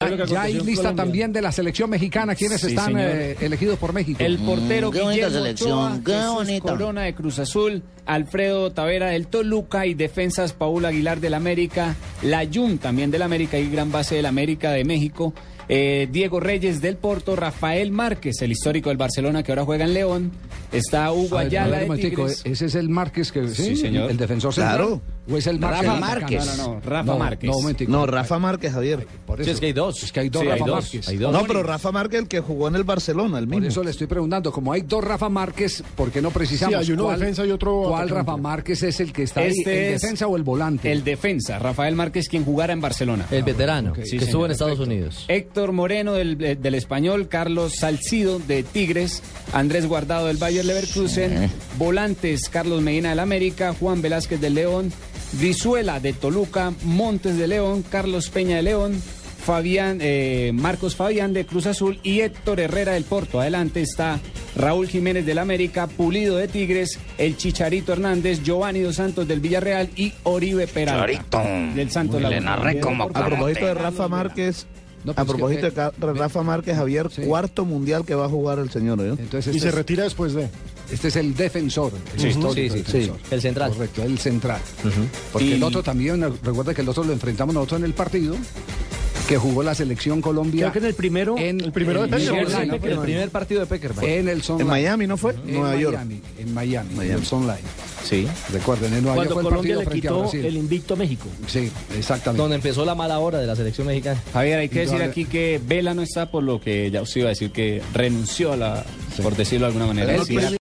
ya, ya hay lista Colombia. también de la selección mexicana, quienes sí, están eh, elegidos por México. El portero mm, qué Guillermo selección, Ochoa, qué Jesús bonita. Corona de Cruz Azul, Alfredo Tavera del Toluca y defensas Paul Aguilar del América, Layun también del América y gran base del América de México. Eh, Diego Reyes del Porto, Rafael Márquez, el histórico del Barcelona que ahora juega en León, está Hugo A ver, Ayala a ver, de momentico, eh, Tigres. Ese es el Márquez que Sí, señor. el defensor Claro. central, o es el Márquez. Rafa el atacante? Márquez. No, no, no, Rafa Márquez. No, momentico. No, Rafa Márquez, Javier. Por Sí, es que hay dos. Es que hay dos Sí, Rafa dos, Márquez. hay dos. No, pero Rafa Márquez, el que jugó en el Barcelona, el Por mismo. eso le estoy preguntando, como hay dos Rafa Márquez, ¿por qué no precisamos Sí, hay uno cuál, defensa y otro cuál atacante. Rafa Márquez es el que está Este ahí, el es defensa o el volante? El defensa, Rafael Márquez, quien jugara en Barcelona. El veterano, ok. que Sí, estuvo señor, en Estados Unidos. Héctor Moreno del, eh, del Español, Carlos Salcido de Tigres, Andrés Guardado del Bayer Leverkusen, Volantes, Carlos Medina del América, Juan Velázquez del León, Brizuela de Toluca, Montes de León, Carlos Peña de León, Fabián, eh, Marcos Fabián de Cruz Azul y Héctor Herrera del Porto. Adelante está Raúl Jiménez del América, Pulido de Tigres, el Chicharito Hernández, Giovanni Dos Santos del Villarreal y Oribe Peralta del Santos Laguna. A propósito de Rafa Márquez, No, pero a es que- propósito de ca- Rafa Márquez, Javier, Sí. cuarto mundial que va a jugar el señor, ¿eh? Entonces Y este, se es, retira después de. este es el defensor. el Sí, histórico sí, sí, defensor. sí. El central. Correcto, el central. Porque Y- el otro también, eh, recuerda que el otro lo enfrentamos nosotros en el partido que jugó la selección Colombia Creo que en el primero. en el primero de en Peña, New ¿no? York Sí, Live, El primer partido de Peckerman. en el Sun En Live, Miami, ¿no fue? en Nueva York. Miami, en Miami, en Miami. el Sun Live. Sí. Recuerden, en Nueva York cuando fue el Colombia partido le frente a quitó Brasil. el invicto a México. Sí, exactamente. Donde empezó la mala hora de la selección mexicana. Javier, hay que decir Indudable. aquí que Vela no está por lo que ya os iba a decir que renunció a la, por decirlo de alguna manera. Él Sí, presi-